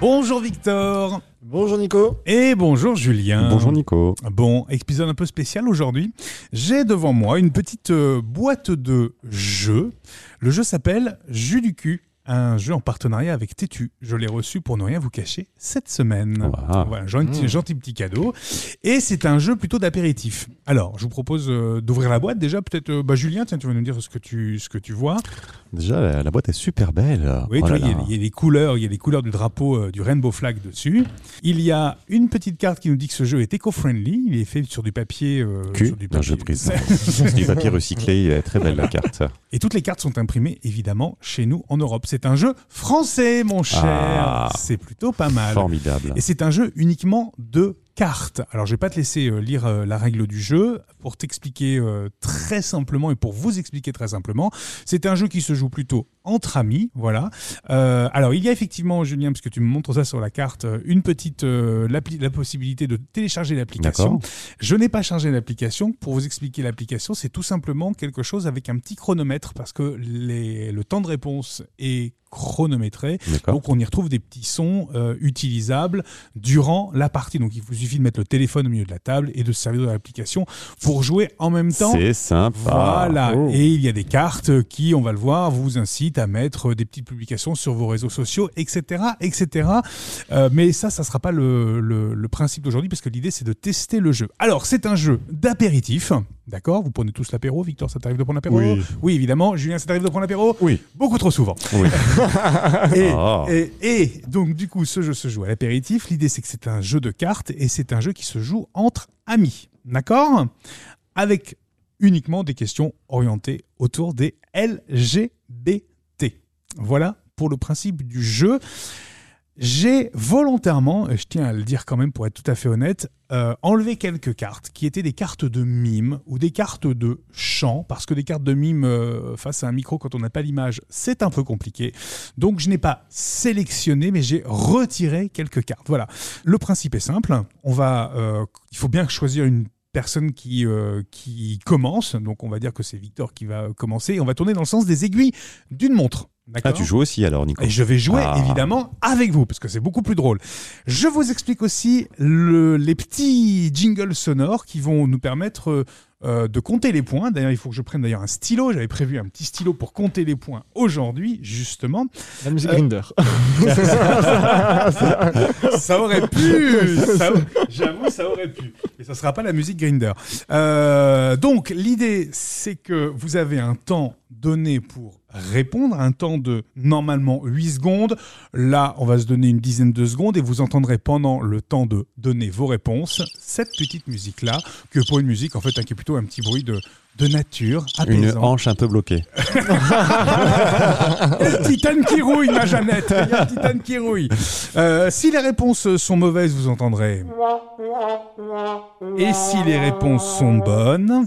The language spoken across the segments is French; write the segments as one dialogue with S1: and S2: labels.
S1: Bonjour Victor
S2: Bonjour Nico.
S1: et bonjour Julien.
S3: Bonjour Nico.
S1: Bon, épisode un peu spécial aujourd'hui. J'ai devant moi une petite euh, boîte de jeux. Le jeu s'appelle Jus du cul, un jeu en partenariat avec Tétu. Je l'ai reçu pour ne rien vous cacher cette semaine.
S3: Waouh. Hmm.
S1: Voilà, j'ai un petit- gentil petit cadeau. Et c'est un jeu plutôt d'apéritif. Alors, je vous propose euh, d'ouvrir la boîte déjà. Peut-être, euh, bah, Julien, tiens, tu vas nous dire ce que tu, ce que tu vois.
S3: Déjà, la, la boîte est super belle.
S1: Oui,
S3: Oh
S1: tu
S3: là
S1: vois, il y a-
S3: là.
S1: il y, a les couleurs, il y a les couleurs du drapeau euh, du Rainbow Flag dessus. Il y a une petite carte qui nous dit que ce jeu est éco-friendly. Il est fait sur du papier. euh,
S3: Cul.
S1: sur du
S3: Non,
S1: papier.
S3: je brise. C'est du papier recyclé, il est très belle la carte.
S1: Et toutes les cartes sont imprimées évidemment chez nous en Europe. C'est un jeu français, mon cher.
S3: Ah.
S1: C'est plutôt pas mal.
S3: Formidable.
S1: Et c'est un jeu uniquement de cartes. Alors, je vais pas te laisser euh, lire euh, la règle du jeu pour t'expliquer euh, très simplement et pour vous expliquer très simplement. C'est un jeu qui se joue plutôt entre amis, voilà. Euh, alors, il y a effectivement, Julien, puisque tu me montres ça sur la carte, euh, une petite euh, l'appli- la possibilité de télécharger l'application.
S3: D'accord.
S1: Je n'ai pas chargé l'application. Pour vous expliquer l'application, c'est tout simplement quelque chose avec un petit chronomètre parce que les- le temps de réponse est chronométré
S3: D'accord.
S1: donc on y retrouve des petits sons euh, utilisables durant la partie. Donc il vous suffit de mettre le téléphone au milieu de la table et de se servir de l'application pour jouer en même temps.
S3: C'est sympa.
S1: Voilà,
S2: Oh.
S1: et il y a des cartes qui, on va le voir, vous incitent à mettre des petites publications sur vos réseaux sociaux, etc. etc. Euh, mais ça, ça ne sera pas le, le- le principe d'aujourd'hui, parce que l'idée, c'est de tester le jeu. Alors, c'est un jeu d'apéritif, d'accord Vous prenez tous l'apéro, Victor, ça t'arrive de prendre l'apéro
S3: Oui.
S1: évidemment. Julien, ça t'arrive de prendre l'apéro
S3: Oui.
S1: Beaucoup trop souvent.
S3: Oui.
S1: Et,
S3: Oh.
S1: et- et donc, du coup, ce jeu se joue à l'apéritif. L'idée, c'est que c'est un jeu de cartes et c'est un jeu qui se joue entre amis. D'accord Avec uniquement des questions orientées autour des LGBT. Voilà pour le principe du jeu. J'ai volontairement, et je tiens à le dire quand même pour être tout à fait honnête, euh, enlevé quelques cartes qui étaient des cartes de mime ou des cartes de chant, parce que des cartes de mime euh, face à un micro quand on n'a pas l'image, c'est un peu compliqué. Donc je n'ai pas sélectionné, mais j'ai retiré quelques cartes. Voilà. Le principe est simple. On va, euh, il faut bien choisir une personne qui, euh, qui commence. Donc on va dire que c'est Victor qui va commencer. Et on va tourner dans le sens des aiguilles d'une montre.
S3: Ah,
S1: D'accord
S3: tu joues aussi alors, Nico
S1: et je vais jouer
S3: Ah.
S1: évidemment avec vous parce que c'est beaucoup plus drôle. Je vous explique aussi le- les petits jingles sonores qui vont nous permettre euh, euh, de compter les points. D'ailleurs, il faut que je prenne d'ailleurs un stylo. J'avais prévu un petit stylo pour compter les points aujourd'hui, justement.
S2: La musique
S1: Euh,
S2: Grinder.
S1: ça aurait pu. ça- J'avoue, ça aurait pu. Mais ça sera pas la musique Grinder. Euh, donc, l'idée, c'est que vous avez un temps donné pour répondre, un temps de normalement 8 secondes. Là, on va se donner une dizaine de secondes et vous entendrez pendant le temps de donner vos réponses cette petite musique-là, que pour une musique, en fait, hein, qui est plutôt un petit bruit de, de nature,
S3: Une
S1: apaisant.
S3: hanche un peu bloquée.
S1: Il y a le titane qui rouille, ma Jeannette. Il y a le titane qui rouille. Euh, si les réponses sont mauvaises, vous entendrez. Et si les réponses sont bonnes.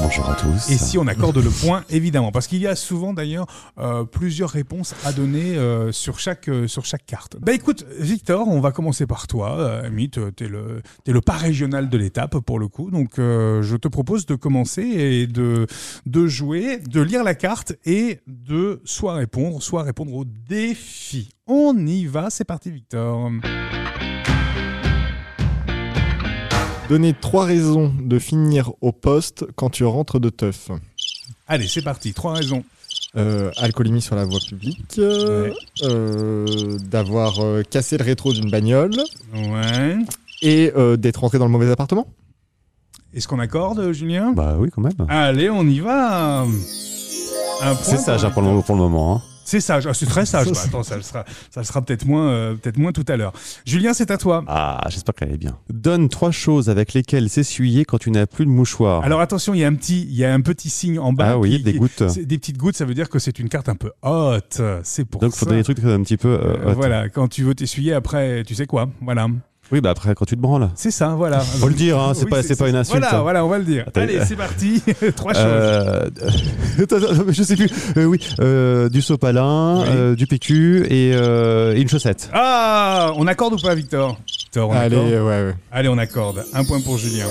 S3: Bonjour à tous.
S1: Et si on accorde le point, évidemment. Parce qu'il y a souvent, d'ailleurs, euh, plusieurs réponses à donner euh, sur, chaque, euh, sur chaque carte. Bah écoute, Victor, on va commencer par toi. Euh, Amit, euh, t'es le, t'es le pas régional de l'étape, pour le coup. Donc, euh, je te propose de commencer et de, de jouer, de lire la carte et de soit répondre, soit répondre au défi. On y va, c'est parti, Victor.
S2: Donner trois raisons de finir au poste quand tu rentres de teuf.
S1: Allez, c'est parti. Trois raisons.
S2: Euh, alcoolémie sur la voie publique. euh,
S1: Ouais.
S2: euh, D'avoir euh, cassé le rétro d'une bagnole.
S1: Ouais.
S2: Et euh, d'être rentré dans le mauvais appartement.
S1: Est-ce qu'on accorde, Julien
S3: Bah oui, quand même.
S1: Allez, on y va Un point
S3: C'est
S1: pour
S3: sage hein,
S1: Victor.
S3: pour le moment. Pour le moment hein.
S1: C'est sage, Ah, c'est très sage.
S2: Ça,
S1: Bah,
S2: c'est-
S1: attends, ça le sera, ça le sera peut-être moins, euh, peut-être moins tout à l'heure. Julien, c'est à toi.
S3: Ah, j'espère qu'elle est bien. Donne trois choses avec lesquelles s'essuyer quand tu n'as plus de mouchoir.
S1: Alors attention, il y a un petit, il y a un petit signe en bas.
S3: ah oui,
S1: qui-
S3: des
S1: qui-
S3: gouttes.
S1: c'est Des petites gouttes, ça veut dire que c'est une carte un peu haute. C'est pour
S3: Donc, il
S1: ça.
S3: faut donner des trucs un petit peu. euh,
S1: Euh,
S3: hot.
S1: voilà, quand tu veux t'essuyer après, tu sais quoi Voilà,
S3: Oui, bah après, quand tu te branles.
S1: c'est ça. Voilà.
S3: Faut le dire, hein, c'est
S1: Oui,
S3: pas, c'est pas une insulte.
S1: Voilà, voilà, on va le dire.
S3: Attends,
S1: Allez,
S3: euh,
S1: c'est parti. Trois choses.
S3: Euh, attends, attends, je sais plus. Euh, oui, euh, du sopalin,
S1: Oui.
S3: euh, du PQ et, euh, et une chaussette.
S1: Ah, on accorde ou pas, Victor Victor, on
S2: Allez,
S1: accorde.
S2: euh, ouais, ouais.
S1: Allez, on accorde. Un point pour Julien.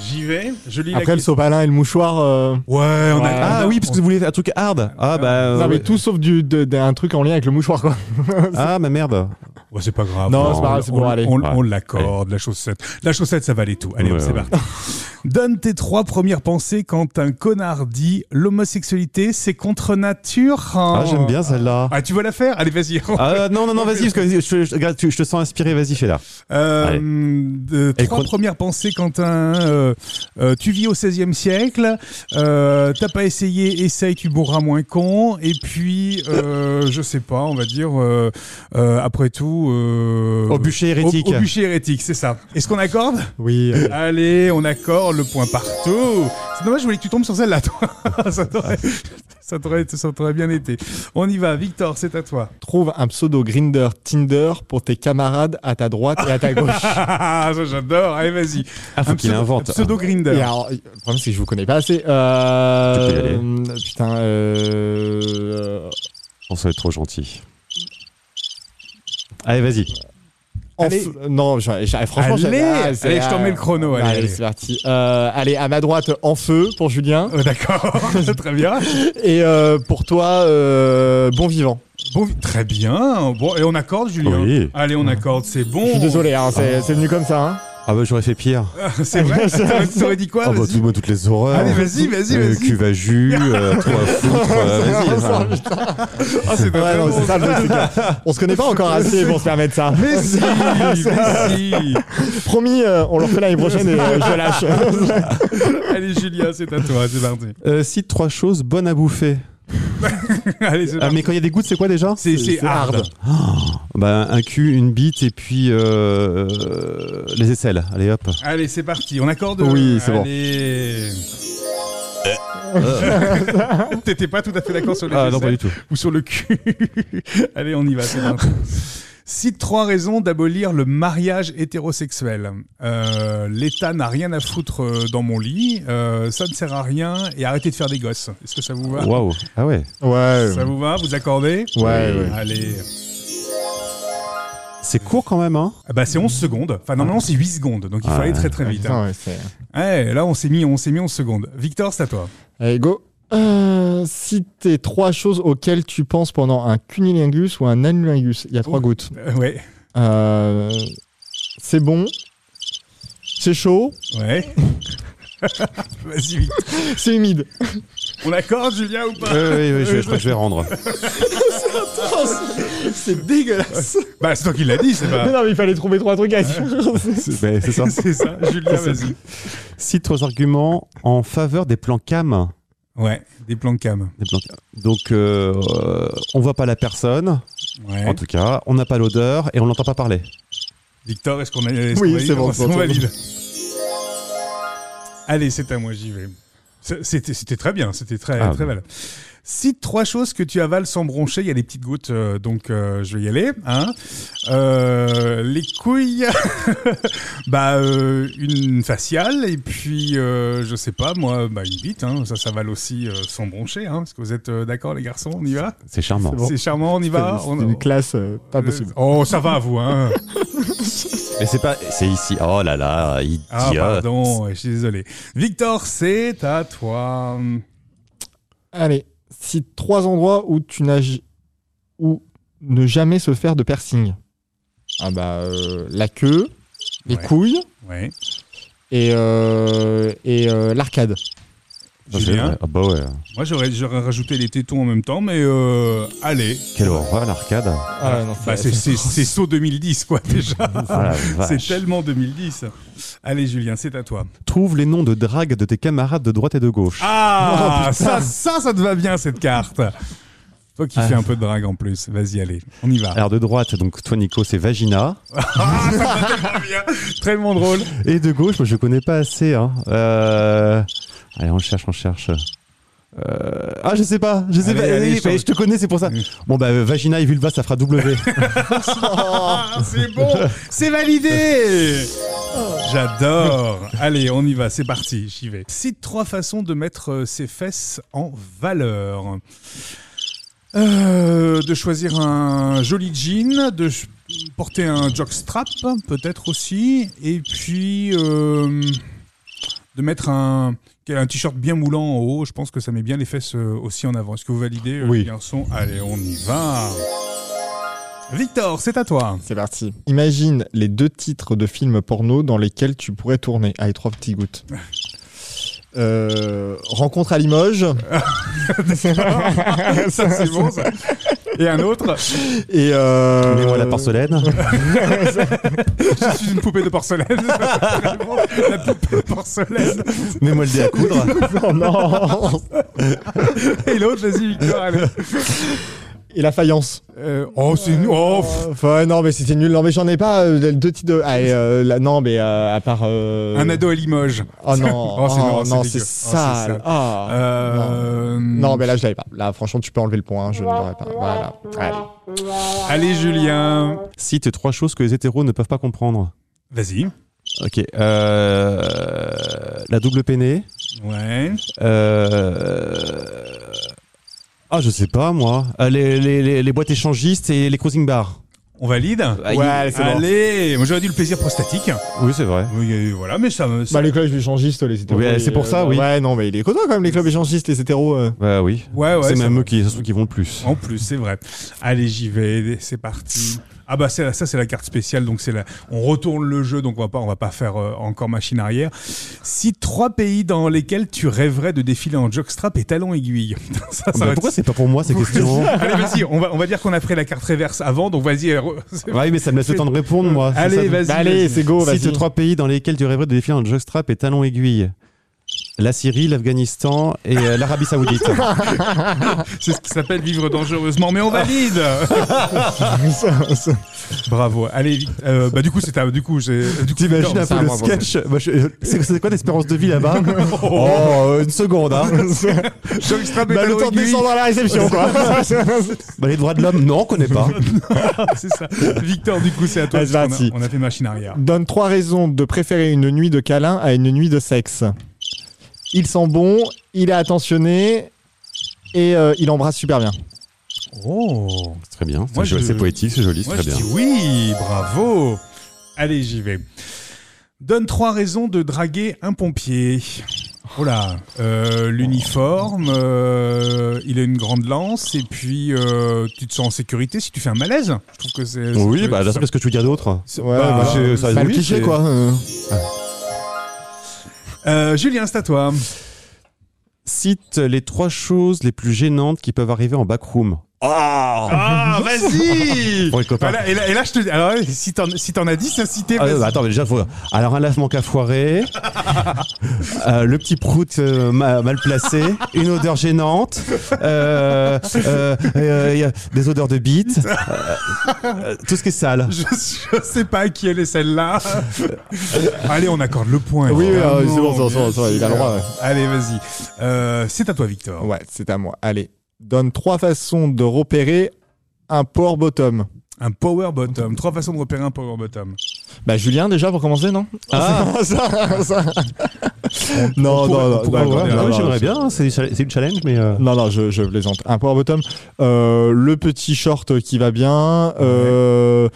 S1: J'y vais. Je lis
S2: Après,
S1: la
S2: le
S1: question.
S2: sopalin et le mouchoir. euh,
S1: Ouais, on a.
S2: Ouais.
S3: Ah
S1: on a-
S3: oui, parce que vous voulez faire un truc hard. Ah bah.
S2: non, mais
S3: ouais.
S2: tout sauf du, de- d'un truc en lien avec le mouchoir, quoi.
S3: Ah ma merde.
S1: Ouais, c'est pas grave.
S2: Non,
S1: Ah, bah, On-
S2: c'est pas grave, c'est
S1: on-
S2: bon, allez.
S1: On,
S3: Ouais.
S1: on l'accorde, la chaussette. La chaussette, ça valait tout. Allez,
S3: Ouais,
S1: hop, c'est
S3: ouais.
S1: parti. Donne tes trois premières pensées quand un connard dit l'homosexualité, c'est contre nature.
S3: Ah j'aime bien celle-là.
S1: Ah, tu veux la faire Allez, vas-y.
S3: Ah non, non, non, vas-y, parce que vas-y, je, je- regarde, tu- je te sens inspiré, vas-y, fais-la.
S1: Euh,
S3: Allez.
S1: de-
S3: Et
S1: trois
S3: chron-
S1: premières pensées, Quentin. Euh, euh, tu vis au XVIe siècle. euh, T'as pas essayé, essaye, tu bourras moins con. Et puis, euh, je sais pas, on va dire, euh, euh, après tout. euh,
S3: Au bûcher hérétique.
S1: Au, au bûcher hérétique, c'est ça. Est-ce qu'on accorde
S2: Oui. euh,
S1: Allez, on accorde le point partout. C'est dommage, je voulais que tu tombes sur celle-là, toi. ça t'aurait- ça t'aurait ça t'aurait bien été. On y va, Victor, c'est à toi.
S2: Trouve un pseudo Grinder Tinder pour tes camarades à ta droite et à ta gauche.
S1: Ah, ça j'adore. Allez, vas-y.
S3: Ah, faut
S1: Un
S3: qu'il
S1: pseudo-
S3: invente.
S1: un Pseudo Grinder.
S2: Et alors, le problème, c'est que je vous connais pas assez. Euh,
S3: Tu peux y aller.
S2: euh, Putain, euh,
S3: On serait Ah, trop gentil. Allez, vas-y.
S2: en
S1: Allez.
S2: f- Non, j'ai- j'ai- franchement,
S1: allez,
S2: j'avais- ah, c'est-
S1: allez, je t'en
S2: ah,
S1: mets le chrono. Allez,
S2: Allez,
S1: allez.
S2: c'est parti. Euh, allez, à ma droite, en feu pour Julien.
S1: Euh, D'accord, très bien.
S2: Et euh, pour toi, euh, bon vivant.
S1: Bon, très bien. Bon, et on accorde, Julien.
S3: Oui.
S1: Allez, on accorde, c'est bon.
S2: Je suis désolé, hein, c'est c'est venu comme ça. hein.
S3: Ah bah j'aurais fait pire.
S1: C'est vrai. T'aurais- T'aurais dit quoi
S3: Ah bah
S1: vas-y.
S3: tout, moi, toutes les horreurs.
S1: Allez, vas-y, vas-y,
S3: Euh,
S1: vas-y.
S3: Cuve à jus, euh, trop à foutre. euh, vas-y, enfin.
S1: Ah, c'est
S2: Ouais,
S1: vraiment
S2: non, c'est ça le truc, les gars. On se connaît pas encore assez pour se permettre ça.
S1: Mais si, mais si.
S2: Promis, euh, on le refait l'année prochaine et euh, je lâche.
S1: Allez, Julien, c'est à toi, c'est parti.
S3: Euh, cite trois choses bonnes à bouffer.
S1: Allez, c'est
S3: Ah,
S1: parti.
S3: mais quand il y a des gouttes, c'est quoi déjà
S1: C'est c'est hard.
S3: Bah un cul, une bite et puis euh, euh, les aisselles. Allez hop.
S1: Allez, c'est parti. On accorde
S2: Oui, c'est bon.
S1: Allez. T'étais pas tout à fait d'accord sur les
S3: Ah non
S1: aisselles.
S3: pas du tout.
S1: ou sur le cul. Allez, on y va. c'est parti. Cite trois raisons d'abolir le mariage hétérosexuel. Euh, L'État n'a rien à foutre euh, dans mon lit, euh, ça ne sert à rien, et arrêtez de faire des gosses. Est-ce que ça vous va
S3: Waouh. Ah ouais.
S2: Ouais.
S1: Ça vous va Vous accordez
S2: Ouais, ouais.
S1: Allez.
S3: C'est court quand même hein.
S1: Ah Bah, c'est 11 secondes. Enfin, normalement, c'est 8 secondes, donc il faut
S3: Ouais.
S1: aller très très vite. hein.
S2: Putain, ouais, c'est-
S1: Ouais, là, on s'est mis, on s'est mis 11 secondes. Victor, c'est à toi.
S2: Allez, go. Euh, Citez trois choses auxquelles tu penses pendant un cunilingus ou un anulingus. Il y a trois
S1: Oh.
S2: gouttes.
S1: Euh, ouais,
S2: Euh, c'est bon. C'est chaud.
S1: ouais. Vas-y, Victor.
S2: C'est humide.
S1: On accorde, Julien, ou pas
S3: Oui, oui, oui, je, je crois que je vais rendre.
S2: c'est dégueulasse.
S1: Bah, c'est toi qui l'as dit, c'est pas.
S2: non, mais il fallait trouver trois trucs à dire.
S3: C'est ben, c'est ça.
S1: c'est ça, Julien, vas-y.
S3: Cite trois arguments en faveur des plans cam.
S1: Ouais, des plans de cam.
S3: Des plans cam. Donc, euh, euh, on voit pas la personne,
S1: Ouais.
S3: en tout cas, on n'a pas l'odeur et on l'entend pas parler.
S1: Victor, est-ce qu'on a. est-ce
S2: Oui,
S1: qu'on valide
S2: c'est bon,
S1: Est-ce qu'on
S2: c'est bon.
S1: valide Allez, c'est à moi, j'y vais. Ça, C'était c'était très bien, c'était très,
S3: Ah,
S1: très
S3: bon.
S1: mal. Cite trois choses que tu avales sans broncher. Il y a des petites gouttes, euh, donc euh, je vais y aller. hein. Euh, les couilles, bah, euh, une faciale, et puis, euh, je sais pas, moi, bah, une bite. hein. Ça, ça avale aussi euh, sans broncher. Hein. Est-ce que vous êtes euh, d'accord, les garçons On y va
S3: C'est charmant.
S2: C'est bon.
S1: C'est charmant, on y va
S2: C'est
S1: On-
S2: une classe euh, pas possible.
S1: Oh, ça va, vous, hein
S3: Mais c'est pas. C'est ici. Oh là là, idiot.
S1: Ah, pardon, je suis désolé. Victor, c'est à toi.
S2: Allez, cite trois endroits où tu n'as j- où ne jamais se faire de piercing. Ah bah euh, la queue, les
S1: Ouais.
S2: couilles
S1: Ouais.
S2: et euh, et euh, l'arcade.
S3: Ça, c'est
S1: Julien
S3: vrai. Ah bah ouais.
S1: Moi, j'aurais j'aurais rajouté les tétons en même temps, mais euh, allez.
S3: Quelle horreur, l'arcade.
S2: Ah, non,
S1: Bah, c'est c'est- c'est saut 2010, quoi, déjà.
S3: Ah la
S1: c'est
S3: vache.
S1: tellement 2010. Allez, Julien, c'est à toi.
S3: Trouve les noms de drague de tes camarades de droite et de gauche. Oh,
S1: Ah, ça, ça, ça te va bien, cette carte. Toi qui
S3: Ah.
S1: fais un peu de drague en plus. Vas-y, allez, on y va.
S3: Alors de droite, donc toi Nico, c'est Vagina.
S1: Ah, ça me va tellement bien.
S3: Ah.
S1: Tellement drôle.
S3: Et de gauche, moi je connais pas assez. Hein. Euh, Allez, on cherche, on cherche. Euh, Ah, je sais pas, je sais
S1: Allez,
S3: pas.
S1: allez,
S3: Eh,
S1: je t'en-
S3: mais je te connais, c'est pour ça.
S1: Oui.
S3: Bon, bah, vagina et vulva, ça fera W.
S1: Ah, c'est bon, Oh. c'est validé. J'adore. Allez, on y va, c'est parti, j'y vais. Cite trois façons de mettre euh, ses fesses en valeur. Euh, de choisir un joli jean, de ch- porter un jockstrap, peut-être aussi, et puis euh, de mettre un, un t-shirt bien moulant en haut. Je pense que ça met bien les fesses euh, aussi en avant. Est-ce que vous validez, euh,
S2: Oui.
S1: les garçons Allez, on y va. Victor, c'est à toi.
S2: C'est parti. Imagine les deux titres de films porno dans lesquels tu pourrais tourner. Ah, Allez, trois petites gouttes. Euh, rencontre à Limoges
S1: ça, c'est bon, ça. Et un autre,
S2: et euh,
S3: Mets-moi la porcelaine.
S1: je suis une poupée de porcelaine. La poupée de porcelaine.
S3: Mets-moi le dé à coudre.
S2: Oh non.
S1: Et l'autre, vas-y, Victor, allez.
S2: et la faïence.
S1: Euh, oh, c'est nous. Oh, pff.
S2: Enfin, non, mais c'était nul. Non, mais j'en ai pas euh, deux titres de. Allez, euh, là, non, mais euh, à part. euh,
S1: Un ado à Limoges.
S2: Oh non,
S1: Oh, c'est
S2: oh,
S1: non,
S2: non,
S1: c'est
S2: c'est
S1: dégueu. Oh, c'est
S2: sale.
S1: sale.
S2: Ah,
S1: Euh,
S2: non. Non, mais là, je l'avais pas. Là, franchement, tu peux enlever le point. hein, Je ne l'aurais pas. Voilà. Allez.
S1: Allez, Julien.
S3: Cite trois choses que les hétéros ne peuvent pas comprendre.
S1: Vas-y.
S3: Ok. euh, La double peinée.
S1: Ouais.
S3: Euh, Ah, je sais pas, moi. Euh, les, les- les- les boîtes échangistes et les cruising bars.
S1: On valide
S3: Ah, il-
S2: Ouais, c'est bon.
S1: Allez, moi j'aurais dit le plaisir prostatique.
S3: Oui, c'est vrai.
S1: Oui, euh, voilà, mais ça me. ça-
S2: Bah, les clubs échangistes, les hétéros.
S3: Ouais,
S2: les-
S3: c'est pour ça, oui.
S2: Ouais, non, mais il est content quand même, les clubs échangistes, les hétéros. euh.
S3: Bah oui.
S1: Ouais, ouais.
S3: c'est
S1: ça
S3: même
S1: va.
S3: eux qui, ça se trouve, qui vont le plus. Ah,
S1: En plus, c'est vrai. Allez, j'y vais. C'est parti. Ah bah c'est- ça c'est la carte spéciale donc c'est la on retourne le jeu donc on va pas on va pas faire euh, encore machine arrière. Si trois pays dans lesquels tu rêverais de défiler en jockstrap et talons aiguilles. ça, ça
S3: Bah,
S1: va être-
S3: pourquoi c'est pas pour moi ces questions
S1: Allez vas-y on va on va dire qu'on a pris la carte réverse avant donc vas-y. euh, re- c'est-
S3: Ouais, Ah mais ça me laisse le temps de répondre, moi. C'est
S1: Allez,
S3: ça, je-
S1: vas-y.
S2: Bah, allez, c'est go, vas-y.
S3: Cite trois pays dans lesquels tu rêverais de défiler en jockstrap et talons aiguilles. La Syrie, l'Afghanistan et euh, l'Arabie Saoudite.
S1: C'est ce qui s'appelle vivre dangereusement mais on valide. Bravo. Allez Vic- euh, bah du coup c'est à- du coup j'ai euh, du coup,
S3: T'imagines
S1: Victor,
S3: un
S1: c'est
S3: peu
S1: à
S3: le
S1: moi, bravo.
S3: sketch Bah, je- C'est c'est quoi l'espérance de vie là-bas Oh, une seconde, hein
S1: Jockstrap et
S2: Bah, le
S1: talons
S2: temps de
S1: aiguilles.
S2: descendre à la réception, quoi.
S3: Bah, Les droits de l'homme, non, on connaît pas.
S1: C'est ça. Victor, du coup, c'est à toi.
S2: Vas-y,
S1: parce qu'on a-
S2: vas-y.
S1: On a, fait machine arrière.
S2: Donne trois raisons de préférer une nuit de câlin à une nuit de sexe. Il sent bon, il est attentionné et euh, il embrasse super bien.
S1: Oh
S3: C'est très bien.
S1: Moi, je-
S3: C'est poétique, c'est joli, c'est
S1: Moi,
S3: très
S1: je
S3: bien.
S1: dis oui, bravo Allez, j'y vais. Donne trois raisons de draguer un pompier. Oh là, euh, l'uniforme, euh, il a une grande lance, et puis euh, tu te sens en sécurité si tu fais un malaise. Je trouve que c'est.
S3: Oui,
S1: c'est-
S3: bah, là,
S1: c'est-
S3: qu'est-ce que tu veux dire d'autre
S1: c'est-
S2: Ouais,
S1: bah,
S2: bah,
S3: c'est- ça-
S2: Bah, le
S3: oui,
S2: cliché,
S3: c'est-
S2: quoi. euh.
S1: euh, Julien, c'est à toi.
S3: Cite les trois choses les plus gênantes qui peuvent arriver en backroom.
S1: Ah, vas-y
S3: Pour les copains.
S1: Voilà, et, là, et là, je te dis. Alors, si t'en si t'en as 10 à citer,
S3: Ah,
S1: vas-y.
S3: bah, attends, mais déjà, faut... alors un lavement qu'à foirer, euh, le petit prout euh, ma- mal placé, une odeur gênante, euh, euh, euh, y a des odeurs de bite, euh, euh, tout ce qui est sale.
S1: Je, je sais pas à qui elle est celle-là. Allez, on accorde le point.
S2: Oui, oui,
S1: évidemment,
S2: euh, c'est bon, c'est bon, c'est bon,
S1: bien
S2: c'est bon, il a le
S1: sûr.
S2: droit, ouais.
S1: Allez, vas-y. Euh, c'est à toi, Victor.
S2: Ouais, c'est à moi. Allez. Donne trois façons de repérer un port bottom.
S1: Un power bottom. Trois façons de repérer un power bottom.
S2: Bah Julien déjà pour commencer, non
S3: Ah.
S2: ça, ça.
S1: on pourrait- on
S2: Non, non, non,
S1: pourrait Ah,
S2: non,
S1: accorder
S2: non,
S1: un-
S2: non,
S1: Oui,
S3: Ah J'aimerais bien, hein, c'est c'est une challenge, mais euh,
S2: Non, non, je, je plaisante. Un power bottom, euh, le petit short qui va bien, euh,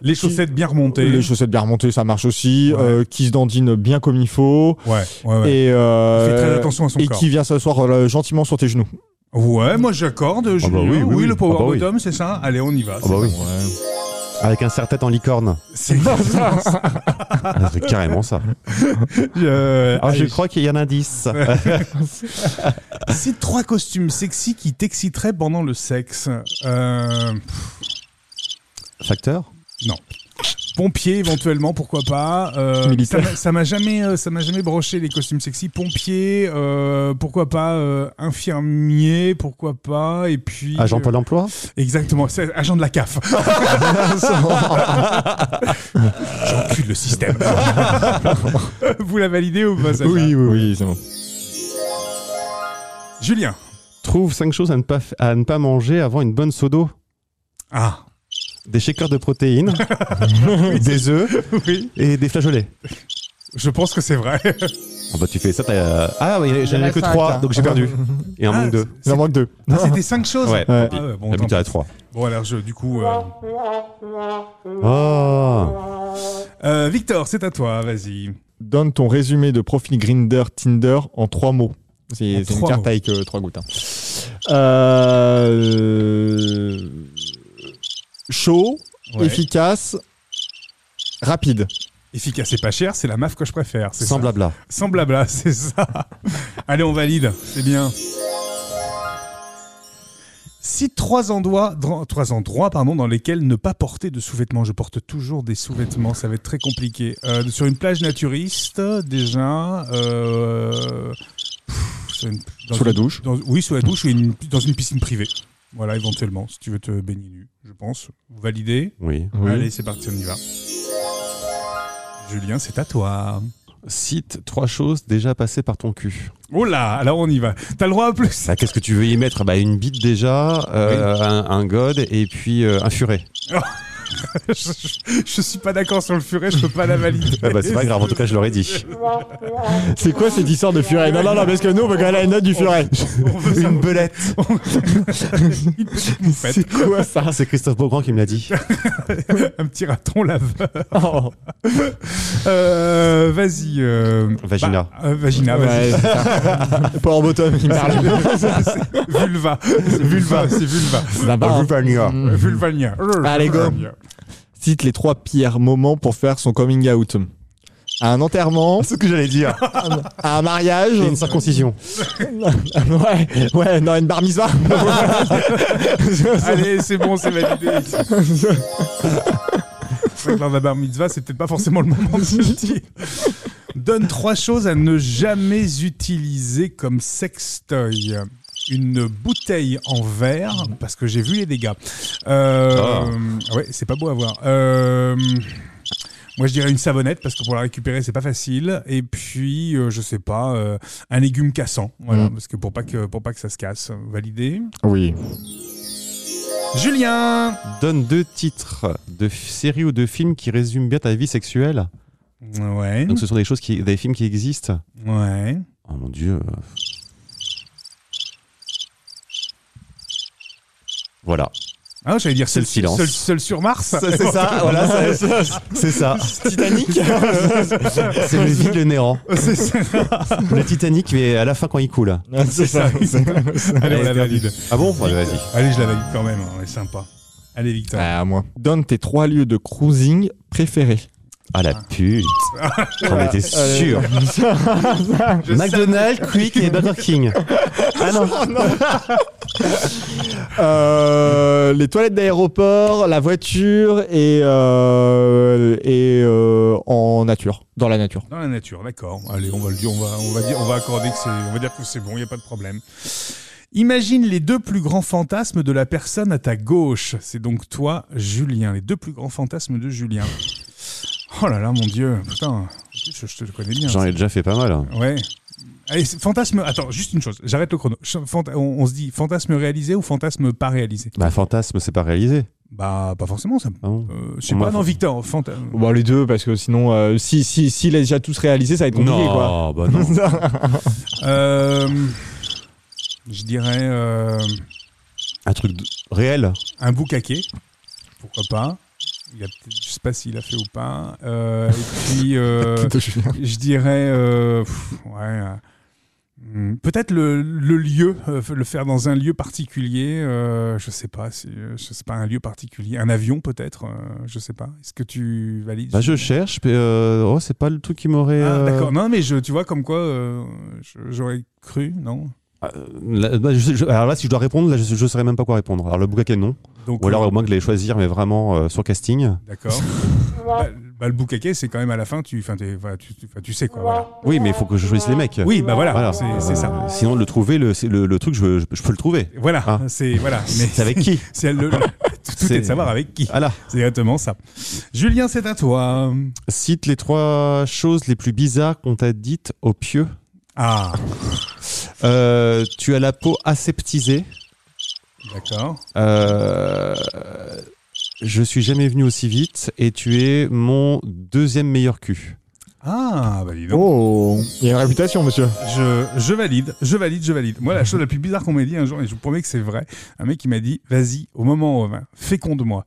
S1: Les chaussettes bien remontées.
S2: les chaussettes bien remontées, ça marche aussi,
S1: Ouais.
S2: euh, qui se dandine bien comme il faut,
S1: Ouais, ouais, ouais.
S2: et, euh,
S1: Fais très attention à son
S2: et
S1: corps.
S2: qui vient s'asseoir euh, gentiment sur tes genoux.
S1: Ouais, moi j'accorde. Julien.
S3: bah oui, oui, oui.
S1: le power
S3: Ah bah oui.
S1: bottom, c'est ça. Allez, on y va.
S3: Ah bah oui. avec un serre-tête en licorne.
S1: C'est exactement ça.
S3: Ah, c'est carrément ça.
S1: Euh,
S3: Ah, je
S1: allez,
S3: crois qu'il y en a 10.
S1: Cite trois costumes sexy qui t'exciteraient pendant le sexe. Euh,
S3: Facteur
S1: Pompier éventuellement, pourquoi pas. Euh, ça
S2: Militaire.
S1: m'a- ça m'a jamais, euh, ça m'a jamais broché les costumes sexy. Pompier, euh, pourquoi pas. euh, infirmier, pourquoi pas. Et puis euh,
S3: Agent Pôle emploi
S1: exactement, c'est agent de la CAF. J'encule le système. Vous la validez ou pas ça
S2: oui, oui, oui, c'est bon.
S1: Julien.
S3: Trouve 5 choses à ne, pas f- à ne pas manger avant une bonne seau d'eau.
S1: Ah
S3: Des shakers de protéines, des œufs
S1: oui,
S3: et des flageolets.
S1: je pense que c'est vrai.
S3: Ah bah tu fais ça, t'as... Ah oui, j'en
S2: Il y en
S3: ai
S2: a
S3: que
S2: cinq, hein.
S3: 3,
S2: là.
S3: donc j'ai perdu. Et un
S1: Ah,
S3: manque de...
S2: Il en manque deux.
S1: Ah, C'était cinq choses.
S3: Ouais,
S2: Ouais.
S1: Ah ouais, bon,
S3: Bon,
S1: tant
S3: T'as à
S1: pis.
S3: 3.
S1: Bon, alors je, du coup, euh,
S3: Ah
S1: euh, Victor, c'est à toi. Vas-y.
S2: Donne ton résumé de profil Grinder Tinder en trois mots. C'est
S1: En
S2: c'est une
S1: trois
S2: carte
S1: mots.
S2: avec euh, trois gouttes. hein. Euh, Chaud,
S1: Ouais.
S2: efficace, rapide.
S1: Efficace et pas cher, c'est la MAF que je préfère. c'est
S3: Sans
S1: ça.
S3: blabla.
S1: Sans blabla, c'est ça. Allez, on valide. C'est bien. Si trois endroits, dra- trois endroits pardon, dans lesquels ne pas porter de sous-vêtements, je porte toujours des sous-vêtements, ça va être très compliqué. Euh, sur une plage naturiste, déjà. euh, pff, sur une- dans une-
S2: douche.
S1: dans- oui, sous la douche ou une- dans une piscine privée. Voilà, éventuellement, si tu veux te baigner nu, je pense. Validé.
S3: Oui.
S1: Allez, c'est parti, on y va. Julien, c'est à toi.
S3: Cite trois choses déjà passées par ton cul.
S1: Oh là, alors on y va. T'as le droit à plus.
S3: Bah, Qu'est-ce que tu veux y mettre bah, Une bite déjà, euh, un, un god et puis euh, un furet.
S1: je, je- je suis pas d'accord sur le furet, je peux pas la valider.
S3: Ah bah, c'est pas grave, en tout cas je l'aurais dit.
S2: C'est quoi cette histoire de furet Non, non, non, parce que nous, on veut quand même la note du furet.
S1: On veut
S3: Une
S1: savoir-
S3: belette
S1: une petite bouffette,
S2: C'est quoi ça
S3: C'est Christophe Beaugrand qui me l'a dit.
S1: un petit raton laveur.
S2: Oh.
S1: Euh, vas-y. euh,
S3: Vagina.
S1: bah, euh, vagina, vas-y.
S2: Ouais, c'est ça. Power bottom, il parle.
S1: Vulva. C'est vulva, c'est vulva.
S2: C'est sympa, hein. Mm.
S1: Vulvania.
S2: Allez, go.
S1: Vulvania.
S2: Cite les trois pires moments pour faire son coming out. À un enterrement,
S3: C'est ce que j'allais dire.
S2: à un mariage.
S3: Et une circoncision.
S2: ouais, ouais, non, une bar mitzvah.
S1: Allez, c'est bon, c'est validé. C'est vrai que Lors de la bar mitzvah, c'est peut-être pas forcément le moment de se le dire. Donne trois choses à ne jamais utiliser comme sextoy. Une bouteille en verre, parce que j'ai vu les dégâts. Euh,
S3: Ah.
S1: ah Ouais, c'est pas beau à voir. Euh, moi, je dirais une savonnette, parce que pour la récupérer, c'est pas facile. Et puis, euh, je sais pas, euh, un légume cassant. Voilà,
S2: Mm.
S1: parce que pour pas que, pour pas que ça se casse. Validé.
S2: Oui.
S1: Julien
S3: Donne deux titres de f- séries ou de films qui résument bien ta vie sexuelle.
S1: Ouais.
S3: Donc ce sont des choses qui, des films qui existent.
S1: Ouais.
S3: Oh mon dieu. Voilà.
S1: Ah, j'allais dire
S3: C'est
S1: seul,
S3: le silence.
S1: seul, seul sur Mars.
S3: voilà, c'est ça.
S2: Titanic.
S3: C'est le vide, le néant.
S1: C'est ça.
S3: Le Titanic, mais à la fin quand il coule.
S2: Ah, c'est ça.
S1: Allez, on la valide.
S3: Ah bon Ouais, Vas-y.
S1: Allez, je la valide quand même. On est sympa. Allez, Victor.
S2: Ah, moi. Donne tes trois lieux de cruising préférés. Ah.
S3: Ah la pute. T'en étais sûr.
S1: Je
S3: McDonald's, Quick et Burger King. Ah non.
S2: Euh, les toilettes d'aéroport, la voiture et, euh, et euh, en nature, dans la nature.
S1: Dans la nature, d'accord. Allez, on va le dire, on va, on va dire, on va accorder que c'est, on va dire que c'est bon, il n'y a pas de problème. Imagine les deux plus grands fantasmes de la personne à ta gauche. C'est donc toi, Julien. Les deux plus grands fantasmes de Julien. Oh là là, mon Dieu, putain, je, je te connais bien.
S3: J'en ai déjà fait pas mal. hein.
S1: Ouais. Allez, c'est- fantasme. Attends, juste une chose. J'arrête le chrono. Ch- fanta- On, on se dit fantasme réalisé ou fantasme pas réalisé
S3: Bah fantasme, c'est pas réalisé.
S1: Bah, pas forcément ça.
S3: Ah bon
S1: Euh, je sais
S3: Moi,
S1: pas, non,
S3: fan-
S1: Victor. fantasme.
S2: Bon, Bah, les deux, parce que sinon, euh, si, si, si les déjà tous réalisés, ça va être compliqué, quoi.
S3: non, bah non.
S1: Euh, je dirais euh,
S3: Un truc de- réel.
S1: un boucaquet. Pourquoi pas il a peut-être- Je sais pas s'il a fait ou pas. Euh, et puis, euh, je dirais. euh, pff, ouais. euh, hmm, Peut-être le, le lieu, euh, le faire dans un lieu particulier. euh, je sais pas, si, euh, je sais pas un lieu particulier, un avion peut-être. euh, je sais pas. Est-ce que tu valides
S3: Bah je cherche, mais euh, oh c'est pas le truc qui
S1: Ah,
S3: m'aurait. euh,
S1: D'accord. Non, mais je, tu vois comme quoi euh, je- j'aurais cru, non
S3: ah, là, bah, je- je- alors là, si je dois répondre, là, je, je saurais même pas quoi répondre. Alors le bouquet non.
S1: Donc,
S3: Ou alors
S1: euh,
S3: au moins que je les choisir, mais vraiment euh, sur casting.
S1: D'accord. bah, bah, le boucaquet, c'est quand même à la fin. Tu, enfin, t'es- enfin, tu, tu- enfin, tu sais quoi. voilà.
S3: Oui, mais il faut que je choisisse les mecs.
S1: Oui, bah voilà.
S3: Voilà.
S1: C'est c'est ça.
S3: Euh, Sinon, le trouver, le, c'est le, le truc, je, je- je peux le trouver.
S1: Voilà.
S3: Ah.
S1: C'est voilà. Mais
S3: C'est avec qui
S1: c'est le, tout est
S3: C'est-
S1: de savoir avec
S2: Ah
S1: qui.
S3: Voilà.
S1: C'est exactement ça. Julien, c'est à toi.
S3: Cite les trois choses les plus bizarres qu'on t'a dites au pieu.
S1: Ah,
S3: Euh, tu as la peau aseptisée.
S1: d'accord.
S3: Euh, je suis jamais venu aussi vite. Et tu es mon deuxième meilleur cul.
S1: Ah, bah dis donc.
S2: Oh, il y a une réputation, monsieur.
S1: Je, je valide, je valide, je valide. Moi, la chose la plus bizarre qu'on m'a dit un jour, et je vous promets que c'est vrai, un mec qui m'a dit Vas-y, au moment où fais con de moi.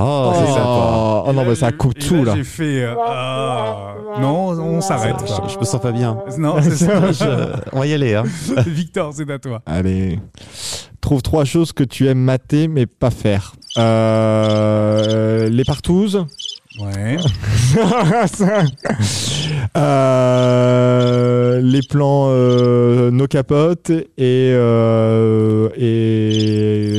S3: Oh, c'est sympa.
S2: Oh, oh non,
S1: Et
S2: bah
S1: là,
S2: ça
S1: j'ai-
S2: coupe
S1: et
S2: tout là.
S1: J'ai fait. euh, ah. non, on s'arrête.
S3: Je, je me sens pas bien.
S1: Non, c'est ça.
S3: Je- on va y aller. Hein.
S1: Victor, c'est à toi.
S2: Allez. Trouve trois choses que tu aimes mater mais pas faire. Euh, les partouzes.
S1: Ouais.
S2: Euh, les plans euh, nos capotes et, euh, et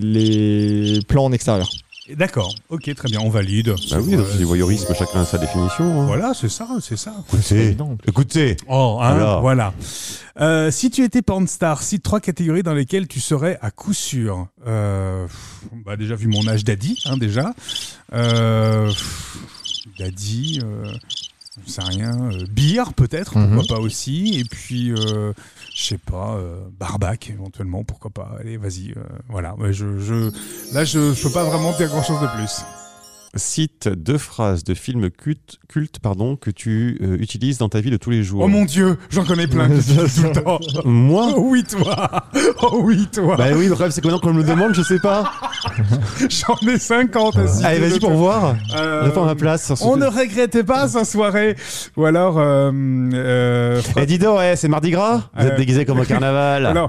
S2: les plans en extérieur.
S1: D'accord. Ok, très bien. On valide.
S3: Bah oui, c'est du voyeurisme, chacun a sa définition. hein.
S1: Voilà, c'est ça, c'est ça.
S3: Écoutez, écoutez.
S1: Oh, hein,
S3: Alors.
S1: voilà. Euh, si tu étais porn star, cite trois catégories dans lesquelles tu serais à coup sûr. Euh, pff, bah déjà vu mon âge d'Adi, hein, déjà. Euh, pff, d'Adi, euh, je sais rien. Euh, beer, peut-être, pourquoi
S2: Mhm.
S1: pas aussi. Et puis, euh, je sais pas, euh, barbac, éventuellement, pourquoi pas. Allez, vas-y, euh, voilà. Ouais, je, je, là, je, je peux pas vraiment dire grand-chose de plus.
S3: Cite deux phrases de films culte, culte, pardon, que tu euh, utilises dans ta vie de tous les jours.
S1: Oh mon Dieu, j'en connais plein qui disent tout le temps.
S3: Moi
S1: Oh oui, toi Oh oui, toi
S3: Bah oui, le rêve, c'est que maintenant qu'on me le demande, je sais pas.
S1: J'en ai 50 à citer
S3: Allez,
S1: de
S3: vas-y pour
S1: toi.
S3: voir.
S1: Euh,
S3: J'attends ma place.
S1: On ne regrettait pas sa soirée. Ou alors. euh, euh,
S3: Eh, dis donc, eh, c'est Mardi Gras Vous
S1: Euh,
S3: êtes déguisé comme au carnaval.
S1: alors,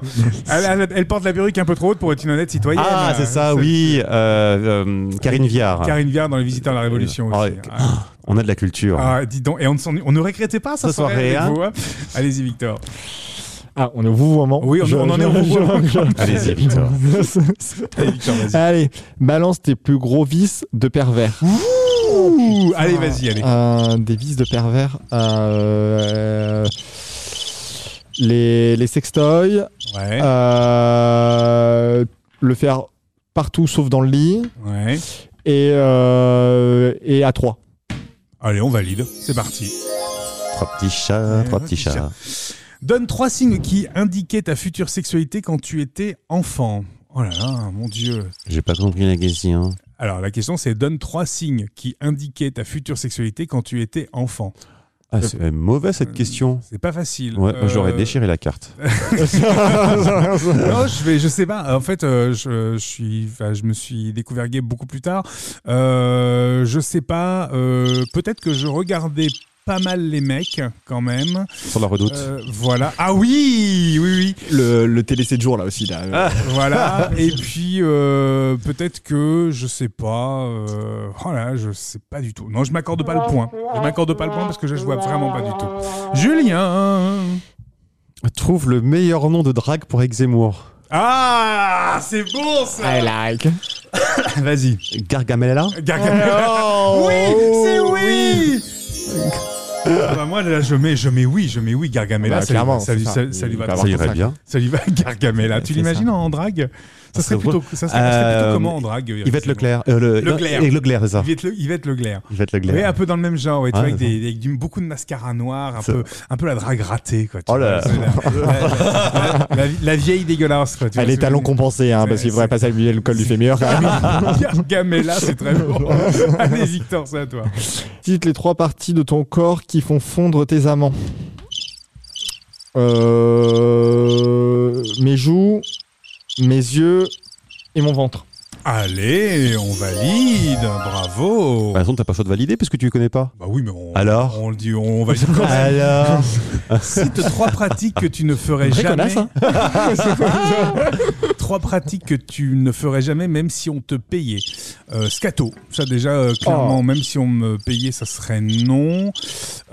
S1: elle, elle- elle porte la perruque un peu trop haute pour être une honnête citoyenne.
S3: ah, c'est ça, oui. euh, euh, Karine Viard.
S1: Karine Viard dans Les Visiteurs de la Révolution
S3: Ah,
S1: aussi.
S3: ok.
S1: Ah,
S3: On a de la culture.
S1: ah, dis donc, et on, ne s'en- on ne regrettait pas sa
S3: Sa
S1: soirée.
S3: soirée,
S1: avec
S3: hein.
S1: vous, hein. Allez-y, Victor.
S2: Ah, on est au vouvoiement.
S1: Oui, on- on en est au vouvoiement.
S3: Allez-y, Victor.
S1: Allez, Victor, vas-y.
S2: Allez, balance tes plus gros vices de pervers.
S1: Ouh, allez,
S3: Ah.
S1: vas-y, allez.
S2: Euh, des vices de pervers. euh, les, les sextoys.
S1: Ouais,
S2: euh, le faire partout sauf dans le lit.
S1: ouais.
S2: Et, euh, et à trois.
S1: Allez, on valide. C'est parti.
S3: Trois petits chats, trois petits chats.
S1: Donne trois signes qui indiquaient ta future sexualité quand tu étais enfant. Oh là là, mon Dieu.
S3: J'ai pas compris la question.
S1: Alors la question c'est donne trois signes qui indiquaient ta future sexualité quand tu étais enfant.
S3: Ah, c'est euh, mauvais cette question.
S1: C'est pas facile.
S3: Ouais,
S1: Euh,
S3: J'aurais déchiré la carte.
S1: non, je vais, je sais pas. En fait, euh, je, je suis, enfin, je me suis découvert gay beaucoup plus tard. Euh, je sais pas. euh, Peut-être que je regardais pas mal les mecs quand même.
S3: Sur la redoute.
S1: Euh, voilà. Ah oui, oui, oui.
S2: Le, le télé 7 jours là aussi. Là.
S1: voilà. Et puis euh, peut-être que je sais pas. Euh, oh là, je sais pas du tout. Non, je m'accorde pas le point. Je m'accorde pas le point parce que je vois vraiment pas du tout. Julien.
S3: Trouve le meilleur nom de drague pour Exemour.
S1: Ah, c'est bon ça.
S2: like.
S1: Vas-y.
S3: Gargamella
S1: Gargamel.
S2: Euh, oh,
S1: Oui, c'est oui. Ah bah moi là je mets je mets oui je mets oui Gargamella
S2: Bah,
S1: ça, lui va,
S2: clairement,
S1: ça, lui-
S2: c'est
S1: ça-
S2: ça.
S1: ça lui va
S2: Il va
S1: ça,
S2: avoir-
S3: Ça irait bien.
S1: lui va Gargamella tu
S2: C'est
S1: l'imagines
S2: ça.
S1: en drague ça
S3: Ça
S1: serait
S3: serait
S1: plutôt ça serait, ça serait plutôt
S3: Euh,
S1: comment en drague
S3: Yvette Leclerc. Euh, le...
S1: Leclerc.
S3: Et Leclerc, c'est ça.
S1: Yvette Le- Yvette Leclerc
S3: Yvette
S1: Oui, un
S3: Leclerc.
S1: peu dans le même genre, ouais, tu
S3: Ah,
S1: vois, avec,
S3: d'accord.
S1: des, avec du- beaucoup de mascara noir, un
S3: Ça-
S1: peu, un peu la drague ratée. Quoi, tu
S3: Oh
S1: vois,
S3: là
S1: c'est la, la- la- la vieille dégueulasse. Quoi, tu
S2: Elle
S1: vois,
S2: est
S1: c'est-
S2: talons compensés, hein, parce
S1: C'est-
S2: qu'il faudrait pas s'habiller le col du fémur. quand même.
S1: Gargamella, c'est très bon. Allez, Victor, c'est à toi.
S2: Cite les trois parties de ton corps qui font fondre tes amants. Euh, mes joues, mes yeux et mon ventre.
S1: Allez, on valide, bravo.
S3: Bah, de toute façon, t'as pas le choix de valider parce que tu les connais pas.
S1: Bah oui, mais on,
S3: Alors
S1: on le dit, on valide. quand même.
S3: Alors
S1: Cite trois pratiques que tu ne ferais
S2: Vrai
S1: jamais.
S2: connasse, hein.
S1: trois pratiques que tu ne ferais jamais, même si on te payait. Euh, scato, ça déjà, euh, clairement,
S2: Oh.
S1: même si on me payait, ça serait non.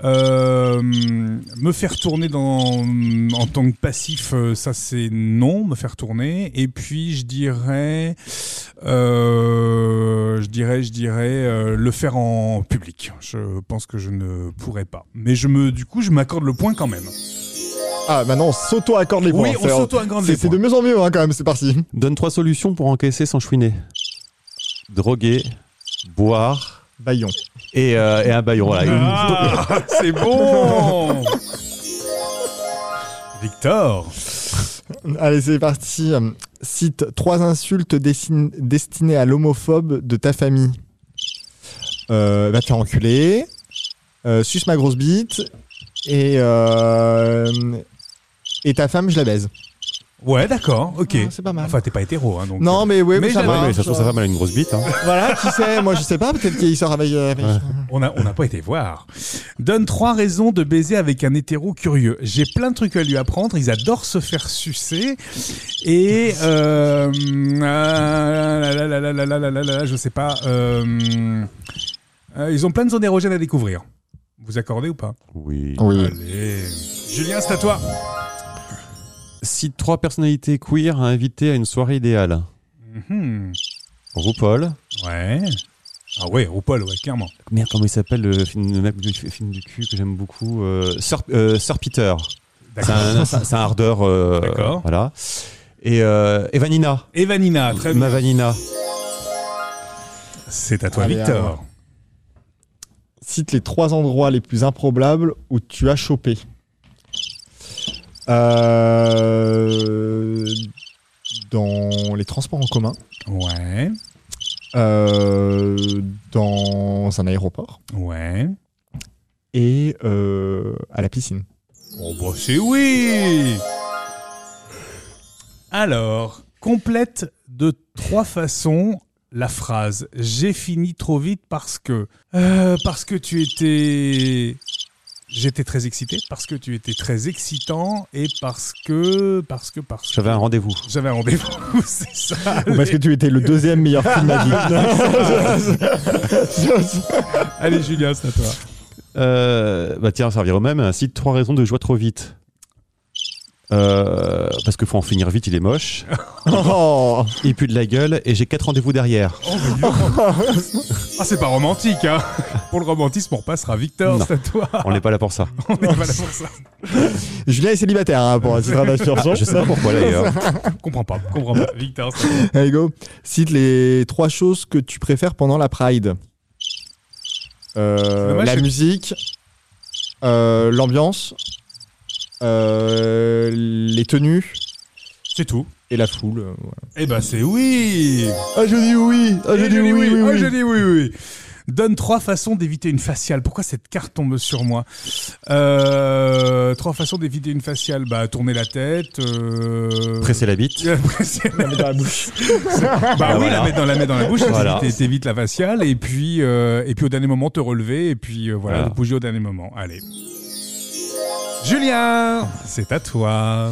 S1: Euh, me faire tourner dans, en tant que passif, euh, ça c'est non, me faire tourner. Et puis, je dirais. euh, je dirais, je dirais euh, le faire en public. Je pense que je ne pourrais pas. Mais je me, du coup, je m'accorde le point quand même.
S2: Ah, maintenant on s'auto-accorde les points.
S1: oui, on
S2: C'est-
S1: s'auto-accorde les
S2: C'est c'est de
S1: points.
S2: mieux en mieux hein, quand même, c'est parti.
S3: Donne trois solutions pour encaisser sans chouiner. Droguer, boire
S2: Baillon.
S3: et, euh, et un baillon. Voilà.
S1: Ah, c'est bon Victor
S2: Allez, c'est parti. Cite trois insultes dessin- destinées à l'homophobe de ta famille. Euh, va te faire enculer. Euh, suce ma grosse bite. Et, euh, et ta femme, je la baise.
S1: Ouais, d'accord, ok.
S2: Ah, c'est pas mal.
S1: Enfin, t'es pas hétéro, hein, donc.
S2: non, mais oui,
S1: Mais
S2: mais ça
S1: j'avais-
S3: Ouais,
S2: marche.
S3: mais ça se trouve, sa femme, elle a une grosse bite. hein.
S2: Voilà, qui sait Moi, je sais pas. Peut-être qu'il sort avec. euh, avec-
S1: euh, On n'a on a pas été voir. Donne trois raisons de baiser avec un hétéro curieux. J'ai plein de trucs à lui apprendre. Ils adorent se faire sucer. Et. Euh, ah, là, là, là, là, là, là, là, là, je sais pas. euh, euh, ils ont plein de zones érogènes à découvrir. Vous accordez ou pas
S3: Oui.
S2: Oui.
S1: Allez. Julien, c'est à toi.
S3: Cite trois personnalités queer à inviter à une soirée idéale.
S1: Mhm.
S3: RuPaul.
S1: Ouais. Ah ouais, au Paul, ouais, clairement.
S3: Merde, comment il s'appelle le film, le mec du film du cul que j'aime beaucoup euh, Sir, euh, Sir Peter. C'est
S1: D'accord. Ah,
S3: un, c'est un- c'est un ardeur. euh,
S1: D'accord.
S3: Voilà. Et euh, Evanina.
S1: Evanina, très bien.
S3: Ma Vanina.
S1: C'est à toi,
S2: Allez, à
S1: Victor.
S2: moi. Cite les trois endroits les plus improbables où tu as chopé. Euh, Dans les transports en commun.
S1: Ouais.
S2: Euh, Dans un aéroport.
S1: Ouais.
S2: Et euh, à la piscine.
S1: Oh bah c'est oui Alors, complète de trois façons la phrase « J'ai fini trop vite parce que... Euh, parce que tu étais... J'étais très excité, parce que tu étais très excitant et parce que... Parce que... Parce que...
S3: J'avais un rendez-vous.
S1: J'avais un rendez-vous, c'est ça.
S2: Ou parce que tu étais le deuxième meilleur film de ma vie.
S1: Allez Julien, c'est à toi.
S3: Euh, bah tiens, servir au même. Cite trois raisons de jouer trop vite. Euh, parce qu'il faut en finir vite, il est moche.
S2: Oh.
S3: Il pue de la gueule et j'ai quatre rendez-vous derrière.
S1: Oh, mais dis donc. Ah, c'est pas romantique, hein Pour le romantisme, on passera Victor,
S3: Non.
S1: c'est à toi.
S3: On n'est pas là pour ça.
S1: On n'est pas là pour ça.
S2: Julien est célibataire hein, pour un titre d'inspiration.
S3: Je sais pas pourquoi d'ailleurs.
S1: Comprends pas, comprends pas. Victor, c'est à toi.
S2: Allez go. Cite les trois choses que tu préfères pendant la Pride. Euh,
S1: C'est dommage,
S2: la
S1: c'est-
S2: musique, euh, l'ambiance, euh, les tenues
S1: C'est tout.
S2: et la foule. euh, voilà.
S1: Eh ben c'est oui
S2: Ah je dis oui. Ah je
S1: Eh,
S2: dis oui. oui,
S1: ah,
S2: oui.
S1: je dis oui, oui. Donne trois façons d'éviter une faciale. Pourquoi cette carte tombe sur moi Euh, Trois façons d'éviter une faciale. Bah, tourner la tête. Euh...
S3: Presser la bite.
S1: euh, presser-
S2: La mettre dans la bouche.
S1: bah oui,
S3: voilà.
S1: la mettre dans la, mettre dans la bouche,
S3: Voilà.
S1: t'évites- t'évites la faciale, et puis, euh, et puis au dernier moment te relever, et puis euh, voilà,
S3: Voilà.
S1: bouger au dernier moment. Allez. Julien, c'est à toi.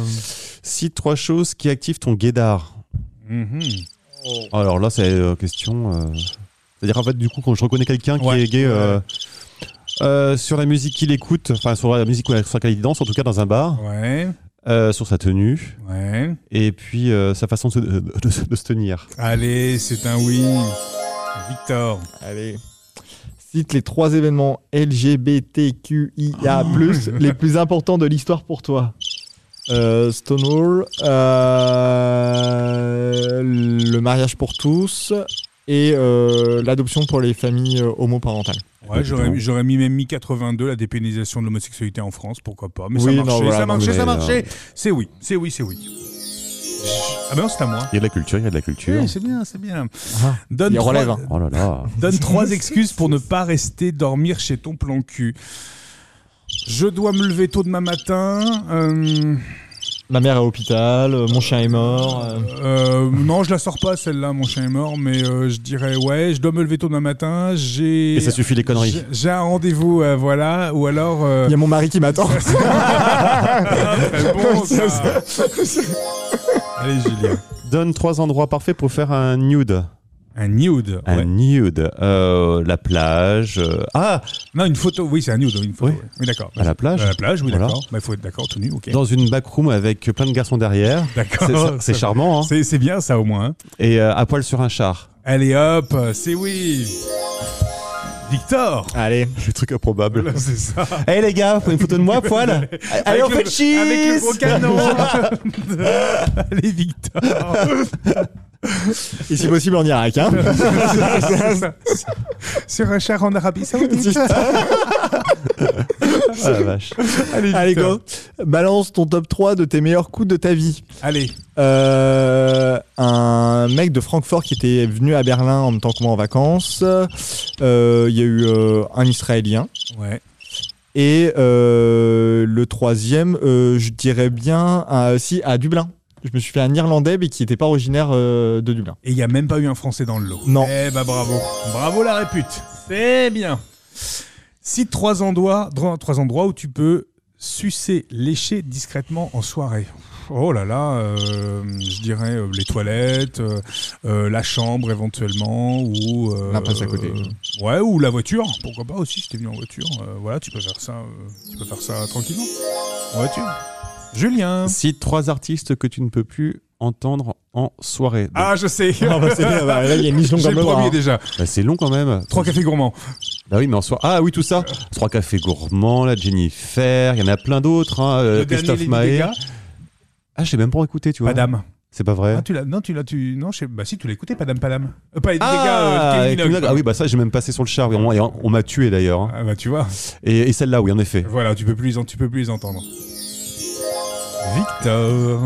S3: Cite trois choses qui activent ton guédard.
S1: Mhm.
S3: Alors là, c'est euh, question. euh, C'est-à-dire, en fait, du coup, quand je reconnais quelqu'un qui
S1: Ouais.
S3: est gay euh, euh, sur la musique qu'il écoute, enfin, sur la musique ou sur laquelle il danse, en tout cas dans un bar,
S1: Ouais,
S3: euh, sur sa tenue,
S1: ouais.
S3: et puis euh, sa façon de, se- de- de- de se tenir.
S1: Allez, c'est un oui. Victor.
S2: Allez. Cite les trois événements LGBTQIA+, les plus importants de l'histoire pour toi. Euh, Stonewall, euh, le mariage pour tous et euh, l'adoption pour les familles euh, homoparentales.
S3: Bah,
S1: Ouais, j'aurais
S3: Évidemment.
S1: j'aurais mis même mis 82, la dépénalisation de l'homosexualité en France, pourquoi pas. Mais
S2: Oui,
S1: ça marchait,
S2: non, voilà,
S1: ça
S2: non,
S1: marchait,
S3: mais,
S1: ça
S3: euh,
S1: marchait. C'est oui, c'est oui, c'est oui. Ah ben non, c'est à moi.
S3: Il y a de la culture, il y a de la culture.
S1: Oui, c'est bien, c'est bien.
S2: Ah,
S1: Donne
S2: il relève,
S1: trois,
S2: hein.
S3: Oh là là.
S1: donne trois excuses pour ne pas rester dormir chez ton plan cul. Je dois me lever tôt demain matin. euh,
S2: Ma mère est à l'hôpital, euh, mon chien est mort. euh.
S1: Euh, non, je la sors pas celle-là, mon chien est mort, mais euh, je dirais ouais, je dois me lever tôt demain matin, j'ai
S3: Et ça suffit les conneries.
S1: j'ai- J'ai un rendez-vous, euh, voilà, ou alors euh,
S2: Il y a mon mari qui m'attend.
S1: ah, très bon, ça. Allez Julien.
S3: Donne trois endroits parfaits pour faire un nude.
S1: Un nude.
S3: Un
S1: ouais.
S3: nude. Euh, la plage. euh, Ah
S1: Non, une photo. Oui, c'est un nude, une photo.
S3: Oui.
S1: Oui, oui, d'accord.
S3: À la plage.
S1: À la plage, oui,
S3: Voilà.
S1: d'accord. Il faut être d'accord, tout nu, ok.
S3: Dans une backroom avec plein de garçons derrière. C'est-
S1: D'accord.
S3: C'est charmant, hein.
S1: C'est c'est bien ça au moins. hein.
S3: Et euh, à poil sur un char.
S1: Allez hop, c'est oui. Victor.
S2: Allez.
S3: Le truc improbable.
S1: C'est ça.
S3: Eh les gars, faut une photo de moi à poil Allez, on
S1: Avec
S3: fait
S1: le-
S3: cheese
S1: Avec le gros canon Allez, Victor
S2: Et si possible en Irak. Hein.
S1: Sur un char en Arabie Saoudite
S3: Ah, la vache.
S2: Allez
S1: Victor.
S2: go. Balance ton top 3 de tes meilleurs coups de ta vie.
S1: Allez,
S2: Euh, un mec de Francfort qui était venu à Berlin en même temps que moi en vacances. Euh, Il y a eu euh, un Israélien.
S1: ouais.
S2: Et euh, le troisième, euh, je dirais bien, euh, si, à Dublin. je me suis fait un Irlandais, mais qui n'était pas originaire euh, de Dublin.
S1: Et il n'y a même pas eu un Français dans le lot.
S2: Non.
S1: Eh bah bravo. Bravo la répute. C'est bien. Cite trois endroits, dro- trois endroits où tu peux sucer, lécher discrètement en soirée. Oh là là, euh, je dirais euh, les toilettes, euh, euh, la chambre éventuellement, ou... euh,
S2: La passe à côté.
S1: euh, ouais, ou la voiture. Pourquoi pas aussi si t'es venu en voiture. Euh, voilà, tu peux faire ça, euh, tu peux faire ça tranquillement. En voiture. Julien.
S3: Cite trois artistes que tu ne peux plus entendre en soirée. Donc,
S1: Ah, je sais.
S2: Ah, bah, c'est bien, bah, là, il y a une liste longue
S1: J'ai
S2: comme
S1: le
S2: le bras,
S1: premier
S2: hein.
S1: déjà.
S3: bah, c'est long quand même.
S1: Trois cafés gourmands.
S3: Bah oui, mais en soi. Ah oui, tout ça. Trois cafés gourmands, là, Jennifer, il y en a plein d'autres. hein, euh,
S1: Le dernier,
S3: Christophe
S1: Lady
S3: Maé.
S1: Gaga.
S3: Ah, j'ai même pas écouté, tu vois.
S1: Madame.
S3: C'est pas vrai.
S1: Ah, tu l'as, non, tu l'as, tu, non, je sais, bah si, tu l'as écouté, Padam Padam. Euh, pas les
S3: Ah,
S1: dégâts, euh, Kylie
S3: avec
S1: Minogue,
S3: Minogue.
S1: quoi.
S3: Ah oui, bah ça, j'ai même passé sur le char. oui, on- et on on m'a tué d'ailleurs. hein.
S1: Ah, bah tu vois,
S3: Et, et celle-là, oui, en effet.
S1: voilà, tu peux plus, les en- tu peux plus les entendre. Victor.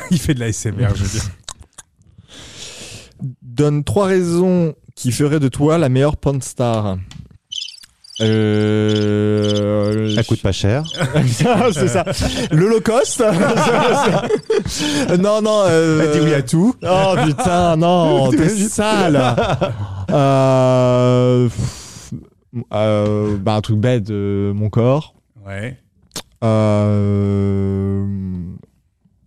S1: Il fait de la SMR, je veux dire.
S2: hein. Donne trois raisons qui feraient de toi la meilleure porn star. Euh...
S3: Ça coûte pas cher.
S2: c'est ça. L'Holocauste. non, non. Euh...
S3: Elle dit oui à tout.
S2: Oh putain, non, t'es sale. Euh, pff, euh, bah, un truc bête, euh, mon corps.
S1: Ouais.
S2: Euh,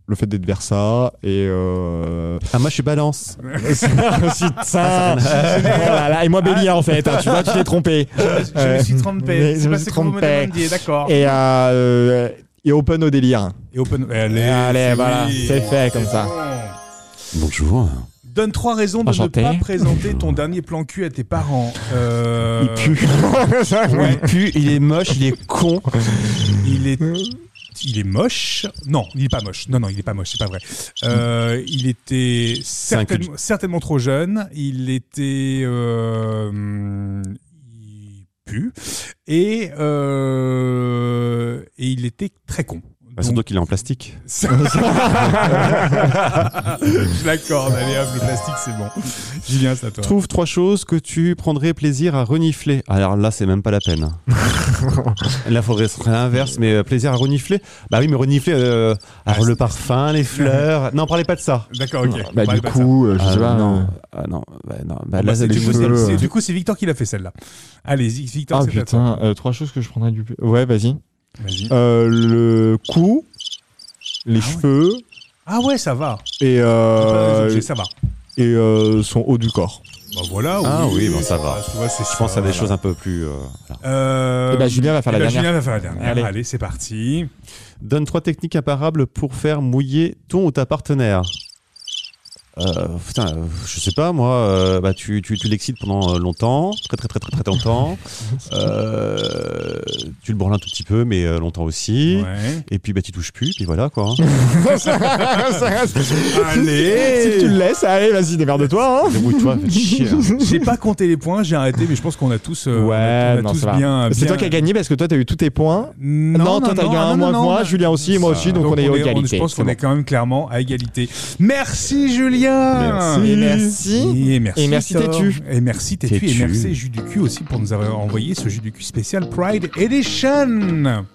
S2: le fait d'être Versa et euh... Ah,
S3: Ah, moi, je suis balance.
S2: putain. Oh là là, et moi Bélia en fait hein, tu vois tu t'es trompé
S1: Je
S2: Euh,
S1: me suis trompé.
S2: mais je
S1: C'est
S2: me
S1: passé
S2: suis
S1: comme vous me
S2: trompé.
S1: demandiez, d'accord.
S2: et euh, et open au délire
S1: Et open.
S3: Eh
S1: Allez,
S2: Allez,
S1: c'est
S2: voilà,
S1: oui.
S2: c'est fait comme ça.
S1: bon.
S3: Bonjour.
S1: Donne trois raisons de
S2: Enchanté.
S1: ne pas présenter ton dernier plan cul à tes parents. Euh,
S3: Il pue, il est moche, il est con.
S1: Il est,
S2: Mmh.
S1: il est moche. Non, il est pas moche. Non, non, il est pas moche. C'est pas vrai. Euh, il était
S3: un cul de-
S1: certainement, certainement trop jeune. Il était, euh, hum, il pue et euh, et il était très con.
S2: Ah,
S3: Bah,
S1: Donc-
S3: surtout qu'il est en plastique.
S1: je l'accorde. Allez, hop, le plastique, c'est bon. Julien, c'est à toi.
S3: Trouve trois choses que tu prendrais plaisir à renifler. Alors là, c'est même pas la peine. là, faudrait ce serait l'inverse, mais euh, plaisir à renifler. Bah oui, mais renifler, euh, alors le parfum, les fleurs. Non, parlez pas de ça.
S1: D'accord, ok. On
S2: bah
S1: parle
S2: du
S1: pas de
S2: coup euh, je
S3: Ah,
S2: sais pas
S3: non.
S2: euh,
S3: Ah non, bah, non. Bah,
S1: ça.
S3: là,
S1: Bah, c'est-
S3: les
S1: du coup,
S3: cheveux.
S1: c'est- c'est- du coup, c'est Victor qui l'a fait celle-là. Allez, Victor,
S2: ah
S1: c'est à toi.
S2: putain euh, trois choses que je prendrais du ouais vas-y
S1: Vas-y.
S2: Euh, le cou les cheveux
S1: Ah ouais, ça va.
S2: et euh,
S1: Euh, ça va.
S2: et euh, son haut du corps
S1: Bah voilà.
S3: Ah oui, bon, ça va.
S1: Tu vois, c'est
S3: Je pense à des
S1: voilà.
S3: choses un peu plus. euh, voilà.
S1: Euh,
S2: Eh ben, Julien va faire
S1: eh
S2: la
S1: ben,
S2: dernière.
S1: Julien va faire la dernière. Allez,
S2: Allez.
S1: c'est parti.
S3: Donne trois techniques imparables pour faire mouiller ton ou ta partenaire. Euh, putain, euh, je sais pas moi. euh, bah tu, tu, tu l'excites pendant euh, longtemps, très très très très très longtemps. Euh, tu le branles un tout petit peu, mais euh, longtemps aussi.
S1: Ouais.
S3: Et puis bah tu touches plus, puis voilà quoi.
S2: Eh, si tu le laisses allez vas-y démerde-toi hein
S1: Euh,
S3: Débrouille-toi, fais chier. hein.
S1: J'ai pas compté les points, j'ai arrêté, mais je pense qu'on a tous, euh,
S2: Ouais,
S1: on a
S2: non,
S1: tous
S2: ça va.
S1: bien,
S2: C'est
S1: bien-
S2: toi qui as gagné parce que toi, t'as eu tous tes points.
S1: Non,
S2: Non, toi, t'as
S1: non,
S2: gagné
S1: ah,
S2: un
S1: non,
S2: moins que
S1: non,
S2: moi,
S1: non.
S2: Julien aussi, moi
S1: Ça,
S2: aussi, donc on est
S1: on
S2: aux
S1: on-
S2: égalités.
S1: Je pense
S2: C'est
S1: qu'on est
S2: bon.
S1: quand même clairement à égalité. Merci Julien.
S2: Et merci.
S1: Et merci,
S2: Et merci,
S1: Thor.
S2: Tétu.
S1: Et merci Tétu. Et
S3: Tétu.
S1: merci Jus du cul aussi pour nous avoir envoyé ce jus du cul spécial Pride Edition.